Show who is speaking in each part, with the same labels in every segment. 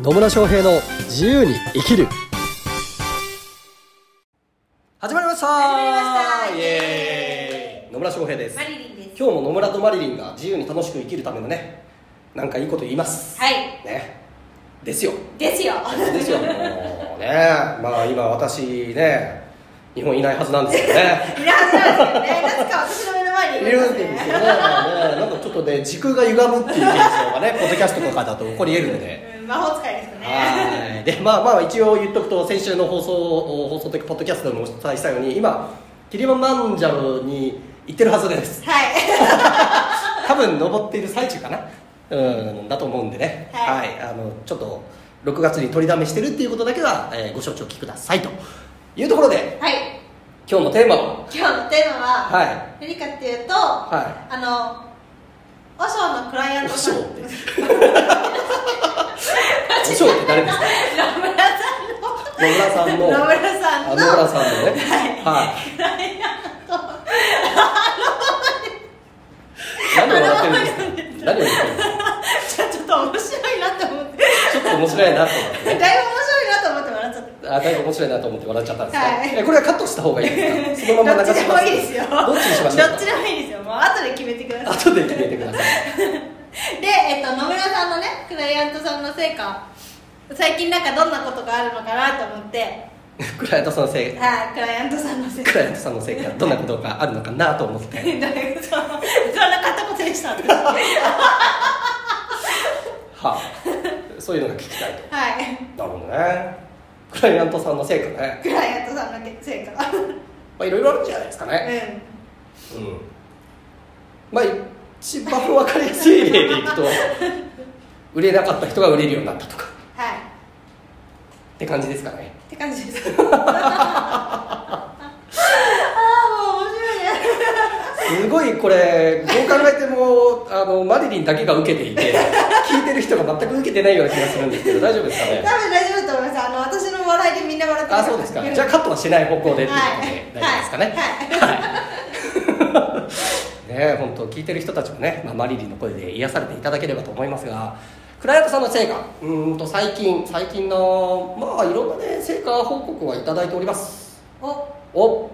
Speaker 1: 野村翔平の自由に生きる始まりました
Speaker 2: 始まりました
Speaker 1: イエーイ野村翔平です
Speaker 2: マリリンです。
Speaker 1: 今日も野村とマリリンが自由に楽しく生きるためのねなんかいいこと言います
Speaker 2: はい。
Speaker 1: ねですよ
Speaker 2: ですよ。
Speaker 1: です よもうねまあ今私ね日本いないはずなんですけどね
Speaker 2: いらっしゃるんですよね。なぜか私の目の前に
Speaker 1: いるんですよねねなんかちょっとね時空が歪むっていう現象がねポッドキャストとかだと起こり得るので
Speaker 2: うん魔法使いですよね。
Speaker 1: はいでまあまあ一応言っとくと先週の放送を放送的ポッドキャストでもお伝えしたように今キリマンジャロに行ってるはず です
Speaker 2: はい。
Speaker 1: 多分登っている最中かなうんだと思うんでねは、
Speaker 2: はい
Speaker 1: あのちょっと6月に取りだめしてるっていうことだけは、えーご承知おきくださいというところで
Speaker 2: はい。
Speaker 1: 今日のテーマを
Speaker 2: 今日のテーマは、
Speaker 1: はい
Speaker 2: 何かっていうと、
Speaker 1: は
Speaker 2: あの、オショーのクライアン
Speaker 1: い
Speaker 2: ト
Speaker 1: おし
Speaker 2: さ
Speaker 1: ょ
Speaker 2: ん
Speaker 1: うっておしょうって誰ですか
Speaker 2: 野村
Speaker 1: 野村さ
Speaker 2: さ
Speaker 1: ん
Speaker 2: ん
Speaker 1: の
Speaker 2: の、野村さん
Speaker 1: あ
Speaker 2: の、
Speaker 1: 野村さんのね
Speaker 2: はい。
Speaker 1: い
Speaker 2: クライアント
Speaker 1: 何を笑ってるんですか何を言ってるんですか
Speaker 2: じゃあちょっと面白いなと思って、
Speaker 1: ちょっと面白いなと思って
Speaker 2: だいぶ面
Speaker 1: ね
Speaker 2: 白いなと思って笑っちゃった。
Speaker 1: あだいぶ面白いなと思って笑っちゃったんです
Speaker 2: は
Speaker 1: け
Speaker 2: い
Speaker 1: ど、えこれはカットした方がいいですか そのまま流
Speaker 2: どっち
Speaker 1: し
Speaker 2: で
Speaker 1: ま
Speaker 2: も
Speaker 1: す
Speaker 2: いいですよ
Speaker 1: どっちにしましょう
Speaker 2: どっちでもいいですよもう後で決めてください
Speaker 1: 後で決めてください
Speaker 2: で、えっと、野村さんのねクライアントさんの成果最近なんかどんなことがあるのかなと思って
Speaker 1: クライアントさんのせい
Speaker 2: はいクライアントさんの成
Speaker 1: ク
Speaker 2: 果
Speaker 1: ライアントさんのせいかどんなことがあるのかなと思って
Speaker 2: どれそんな片言でした私はい
Speaker 1: はあ、そういうのが聞きたいとなるほどねクライアントさんの成果ね
Speaker 2: クライアントさんの成果
Speaker 1: まあいろいろあるんじゃないですかね
Speaker 2: う
Speaker 1: うんまあ一番分かりやすい例でいくと売れなかった人が売れるようになったとか
Speaker 2: んはい
Speaker 1: って感じですかね
Speaker 2: って感じですああもう面白いね
Speaker 1: すごいこれどう考えてもあのマリリンだけが受けていて聞いてる人が全く受けてないような気がするんですけど大丈夫ですか
Speaker 2: 多
Speaker 1: ね
Speaker 2: 分大丈夫だと思いますあの私の笑いでみんな笑ってる
Speaker 1: あそうですかじゃあカットはしない方向でっていうことで大丈夫ですかね、
Speaker 2: はい
Speaker 1: ね本当聞いてる人たちもね、まあ、マリリンの声で癒されていただければと思いますがクライアントさんの成果うーんと最近最近のまあいろんなね成果報告はいただいております
Speaker 2: お
Speaker 1: お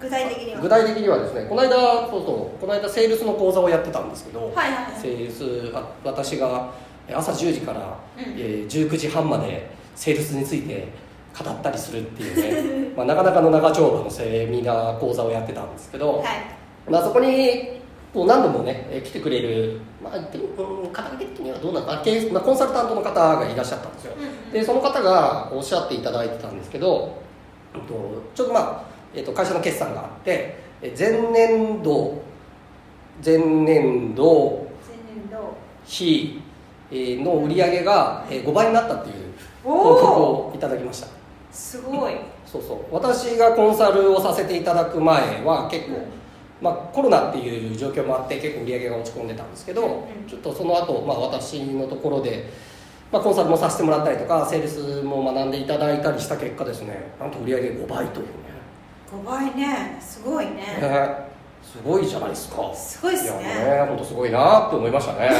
Speaker 2: 具体的には
Speaker 1: 具体的にはですねこの間そうそうこの間セールスの講座をやってたんですけど、
Speaker 2: はいはいはい
Speaker 1: セールスあ私がえ朝10時から、
Speaker 2: うん
Speaker 1: えー19時半までセールスについて語ったりするっていう ね、まあ、なかなかの長丁場のセミナー講座をやってたんですけど、
Speaker 2: はい
Speaker 1: まあ、そこにこう何度もねえー来てくれる、まあ、でもうん肩書き的にはどうなのかな経営まあ、コンサルタントの方がいらっしゃったんですよ、
Speaker 2: うんうん
Speaker 1: でその方がおっしゃっていただいてたんですけどうんとちょっとまあ、えっと会社の決算があってえ前年度前年度
Speaker 2: 千年度
Speaker 1: 比えーの売り上げがえー5倍になったっていう
Speaker 2: お
Speaker 1: 報告
Speaker 2: お
Speaker 1: をいただきました
Speaker 2: すごい
Speaker 1: そうそう私がコンサルをさせていただく前は結構、
Speaker 2: うん
Speaker 1: まあ、コロナっていう状況もあって結構売り上げが落ち込んでたんですけど、
Speaker 2: うん
Speaker 1: ちょっとその後、まあ私のところで、まあ、コンサルもさせてもらったりとかセールスも学んでいただいたりした結果ですねなんと売り上げ5倍というね、
Speaker 2: 5倍ねすごいね
Speaker 1: ねすごいじゃないですか
Speaker 2: すごいっすね
Speaker 1: いやね本当すごいなって思いましたね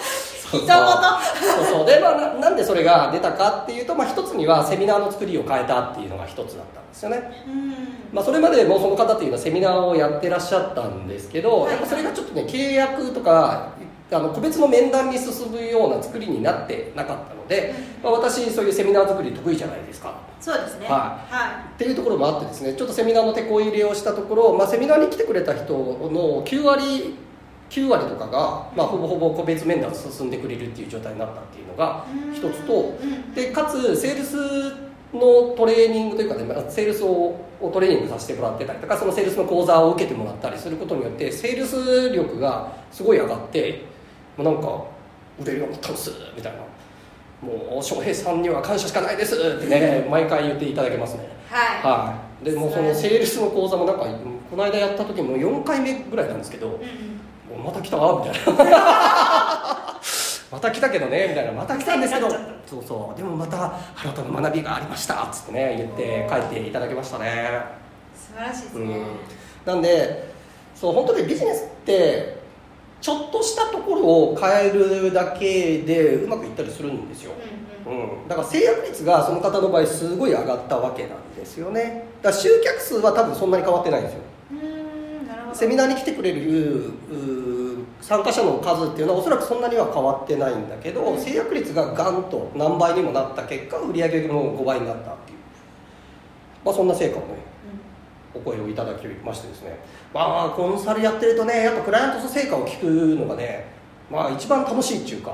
Speaker 1: そうそう
Speaker 2: 一言
Speaker 1: そうそうでまあななんでそれが出たかっていうと、まあ、一つにはセミナーの作りを変えたっていうのが一つだったんですよね
Speaker 2: うん
Speaker 1: まあ、それまでもその方っていうのはセミナーをやってらっしゃったんですけど、
Speaker 2: はい
Speaker 1: やっぱそれがちょっとね契約とかあの個別の面談に進むような作りになってなかったので、まあ、私そういうセミナー作り得意じゃないですか。
Speaker 2: そうですね
Speaker 1: は
Speaker 2: は
Speaker 1: っていうところもあってですねちょっとセミナーの手こ入れをしたところ、まあ、セミナーに来てくれた人の9割9割とかが、まあ、ほぼほぼ個別面談進んでくれるっていう状態になったっていうのが
Speaker 2: うん
Speaker 1: 一つと
Speaker 2: うん
Speaker 1: でかつセールスのトレーニングというかねまあセールスををトレーニングさせてもらってたりとかそのセールスの講座を受けてもらったりすることによってセールス力がすごい上がってもうなんか売れるようになったんですみたいなもう翔平さんには感謝しかないですってね毎回言っていただけますね。
Speaker 2: は
Speaker 1: はい、でもうそのセールスの講座もなんかこの間やった時も4回目ぐらいなんですけど「も
Speaker 2: いうん
Speaker 1: うまた来た」みたいな 「また来たけどね」みたいな「また来たんですけど
Speaker 2: 来た来た来
Speaker 1: そうそうでもまた新たな学びがありました」っつってね言って帰っていただきましたね
Speaker 2: 素晴らしいです
Speaker 1: う
Speaker 2: ね
Speaker 1: んなんでそう本当にビジネスってちょっとしたところを変えるだけでうまくいったりするんですよ、
Speaker 2: うん
Speaker 1: うん、だから制約率がその方の場合すごい上がったわけなんですよねだから集客数は多分そんなに変わってないんですよ
Speaker 2: うんうーんなるほど
Speaker 1: セミナーに来てくれるうー参加者の数っていうのはおそらくそんなには変わってないんだけど制約率がガンと何倍にもなった結果売り上げも5倍になったっていう、まあ、そんな成果をねお声をいただきましてですねまあコンサルやってるとねやっぱクライアントの成果を聞くのがねまあ一番楽しいっていうか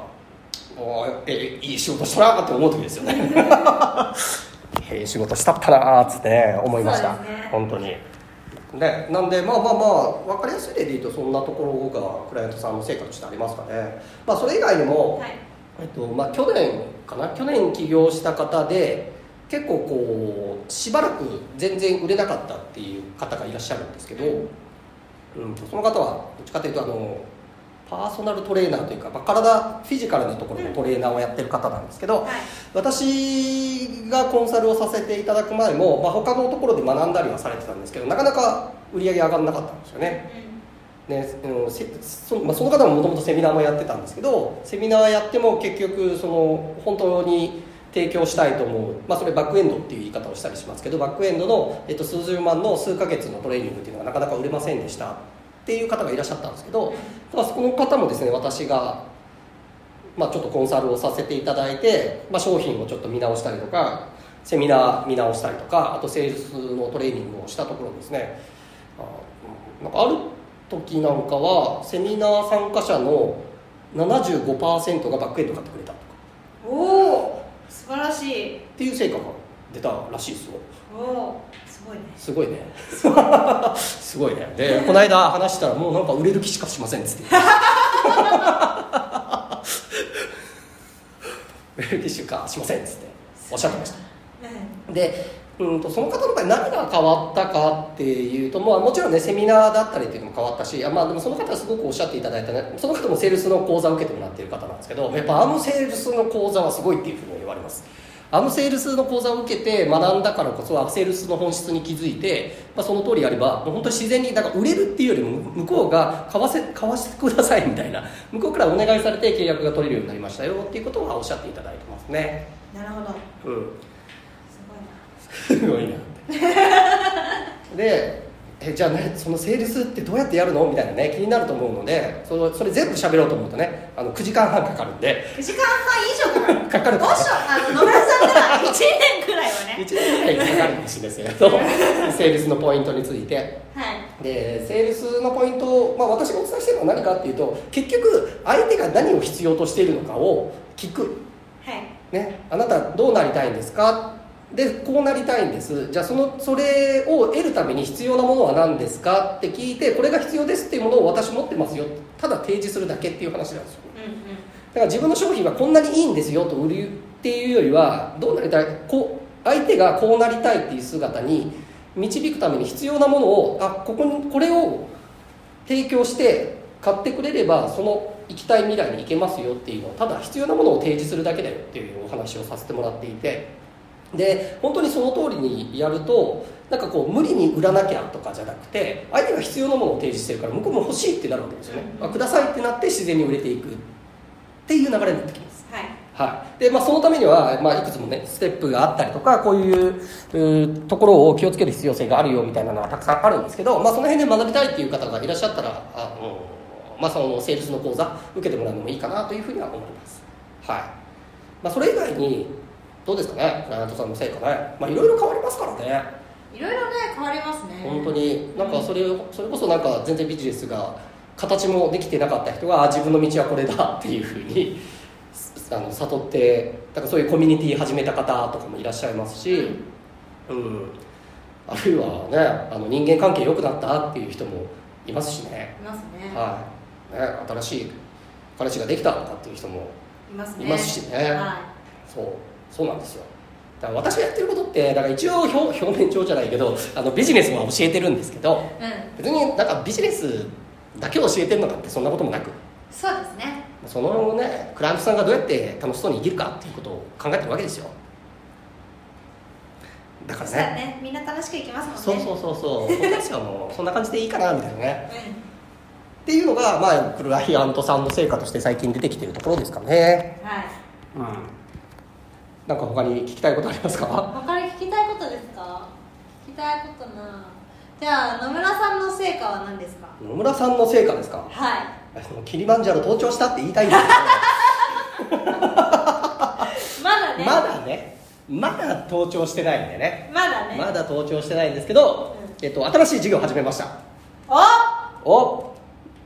Speaker 1: おーえいい仕事したなって思う時ですよね ええ仕事したったなーっつってね思いました、
Speaker 2: そうですね
Speaker 1: 本当にねなんでまあまあまあ分かりやすい例で言うとそんなところがクライアントさんの成果としてありますかねまあそれ以外に
Speaker 2: うん
Speaker 1: も、
Speaker 2: はい
Speaker 1: えっとまあ、去年かな去年起業した方で結構こうしばらく全然売れなかったっていう方がいらっしゃるんですけど、うん、その方はどっちかというとあのパーソナルトレーナーというか、まあ、体フィジカルなところのトレーナーをやってる方なんですけど、
Speaker 2: はい
Speaker 1: 私がコンサルをさせていただく前も、まあ、他のところで学んだりはされてたんですけどなかなか売り上げ上がらなかったんですよね。ねあのせそまあ、その方ももともとセミナーもやってたんですけどセミナーやっても結局その本当に提供したいと思う、まあ、それバックエンドっていう言い方をしたりしますけどバックエンドの、えっと、数十万の数ヶ月のトレーニングっていうのがなかなか売れませんでしたっていう方がいらっしゃったんですけどただそこの方もですね私が、まあ、ちょっとコンサルをさせていただいて、まあ、商品をちょっと見直したりとかセミナー見直したりとかあとセールスのトレーニングをしたところですねあなんかある時なんかはセミナー参加者の75%がバックエンド買ってくれたとか
Speaker 2: うんおお素晴らしい
Speaker 1: っていう成果が出たらしいですよ
Speaker 2: おおすごいね
Speaker 1: すごいね すごいねでこの間話したらもうなんか売れる気しかしませんっつって 売れる気しかしませんっつっておっしゃってました
Speaker 2: う
Speaker 1: で、うん、とその方の場合何が変わったかっていうと、まあ、もちろんねセミナーだったりっていうのも変わったしあ、まあ、でもその方はすごくおっしゃっていただいたねその方もセールスの講座を受けてもらっている方なんですけどやっぱアームセールスの講座はすごいっていうふうに言われますアームセールスの講座を受けて学んだからこそアームセールスの本質に気づいて、まあ、その通りやればもう本当に自然になんか売れるっていうよりも向こうが買わせ買わせてくださいみたいな向こうからお願いされて契約が取れるようになりましたよっていうことはおっしゃっていただいてますね
Speaker 2: んなるほど
Speaker 1: うん
Speaker 2: すごいな
Speaker 1: すごいなって でえじゃあねそのセールスってどうやってやるのみたいなね気になると思うのでそのそれ全部喋ろうと思うとねあの9時間半かかるん で
Speaker 2: 9時間半以上かか
Speaker 1: か
Speaker 2: る
Speaker 1: かる
Speaker 2: どうしようあの野村さんなら1年くらいは
Speaker 1: 1
Speaker 2: ね
Speaker 1: 年ぐらいかかるんです よそうセールスのポイントについて
Speaker 2: はい
Speaker 1: でセールスのポイントを、まあ、私がお伝えしてるのは何かっていうと結局相手が何を必要としているのかを聞く
Speaker 2: はい
Speaker 1: ね、あなたどうなりたいんですかでこうなりたいんですじゃあそのそれを得るために必要なものは何ですかって聞いてこれが必要ですっていうものを私持ってますよただ提示するだけっていう話なんですよ
Speaker 2: うんう
Speaker 1: だ
Speaker 2: ん
Speaker 1: から自分の商品はこんなにいいんですよと売るっていうよりはどうなりたいこう相手がこうなりたいっていう姿に導くために必要なものをあここにこれを提供して買ってくれればその行きたい未来に行けますよっていうのをただ必要なものを提示するだけだよっていうお話をさせてもらっていてで本当にその通りにやるとなんかこう無理に売らなきゃとかじゃなくて相手が必要なものを提示してるから向こうも欲しいってなるわけですよね、
Speaker 2: うん
Speaker 1: あくださいってなって自然に売れていくっていう流れになってきます
Speaker 2: はい
Speaker 1: はいでまあ、そのためには、まあ、いくつもねステップがあったりとかこういううーところを気をつける必要性があるよみたいなのはたくさんあるんですけど、まあ、その辺で学びたいっていう方がいらっしゃったらあの、まあ、そのセールスの講座受けてもらうのもいいかなというふうには思います、はいまあ、それ以外にどうですかねクライアントさんの成果ね、まあ、いろいろ変わりますからね
Speaker 2: いろいろね変わりますね
Speaker 1: 本当になんかそれそれこそなんか全然ビジネスが形もできてなかった人があ自分の道はこれだっていうふうにす あの悟ってだからそういうコミュニティ始めた方とかもいらっしゃいますし、うん、あるいはねあの人間関係良くなったっていう人もいますしね,、
Speaker 2: いますね
Speaker 1: はい、ね新しい彼氏ができたとかっていう人も
Speaker 2: いますね
Speaker 1: いますしね
Speaker 2: は
Speaker 1: そうそうなんですよだから私がやってることってだから一応表表面上じゃないけどあのビジネスは教えてるんですけど
Speaker 2: いうん
Speaker 1: 別になんかビジネスだけを教えてるのかってそんなこともなく
Speaker 2: そうですね
Speaker 1: そのねクライアントさんがどうやって楽しそうに生きるかっていうことを考えてるわけですよだか
Speaker 2: そ
Speaker 1: ら
Speaker 2: したら
Speaker 1: ね
Speaker 2: ねみんな楽しくいきますもんね
Speaker 1: そうそうそうそう本当ですよもうそんな感じでいいかなみたいなね
Speaker 2: うん
Speaker 1: っていうのが、まあ、クライアントさんの成果として最近出てきてるところですかね。
Speaker 2: はい
Speaker 1: うん。なんか他に聞きたいことありますか
Speaker 2: 他に聞きたいことですか聞きたいことなじゃあ野村さんの成果は何ですか
Speaker 1: 野村さんの成果ですか
Speaker 2: はい
Speaker 1: そのキリマンジャロ登頂したって言いたいんですけど。
Speaker 2: まだね
Speaker 1: まだ ねまだ登頂してないんでね
Speaker 2: まだね
Speaker 1: まだ登頂してないんですけど、
Speaker 2: う
Speaker 1: えっと、新しい事業を始めました
Speaker 2: お
Speaker 1: お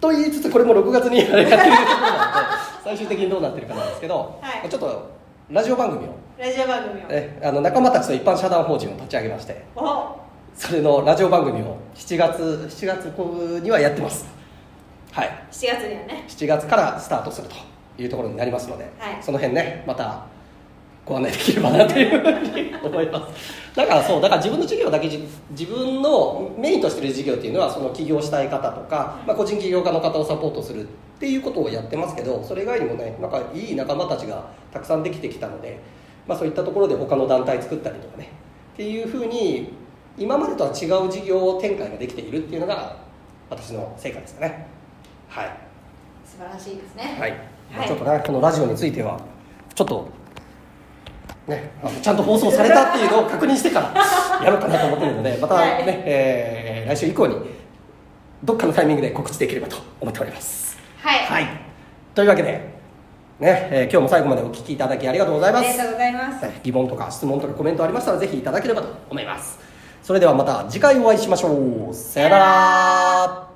Speaker 1: と言いつつこれも6月にやってるところ なんで最終的にどうなってるかなんですけど、
Speaker 2: はい
Speaker 1: ちょっとラジオ番組を、
Speaker 2: ラジオ番組を
Speaker 1: ね、あの仲間たちと一般社団法人を立ち上げまして
Speaker 2: お
Speaker 1: それのラジオ番組を7月7月にはやってますはい
Speaker 2: 7月にはね
Speaker 1: 7月からスタートするというところになりますので、
Speaker 2: はい
Speaker 1: その辺ねまたご案内できればなというふうに思います だからそうだから自分の事業だけじ自分のメインとしてる事業っていうのはその起業したい方とか、まあ、個人起業家の方をサポートするっていうことをやってますけどそれ以外にもねなんかいい仲間たちがたくさんできてきたので、まあ、そういったところで他の団体作ったりとかねっていうふうに今までとは違う事業展開ができているっていうのが私の成果ですかねはい
Speaker 2: 素晴らしいですね
Speaker 1: はい、
Speaker 2: はい
Speaker 1: ちょっとねこのラジオについてはちょっとねあのちゃんと放送されたっていうのを確認して からやろうかなと思ってるのでまたね、
Speaker 2: はい
Speaker 1: えー来週以降にどっかのタイミングで告知できればと思っております
Speaker 2: はい、
Speaker 1: はいというわけでね、えー今日も最後までお聞きいただきありがとうござい
Speaker 2: あ
Speaker 1: ます
Speaker 2: りがとうございます
Speaker 1: はい疑問とか質問とかコメントありましたらぜひいただければと思いますそれではまた次回お会いしましょうさよな
Speaker 2: さよな
Speaker 1: ら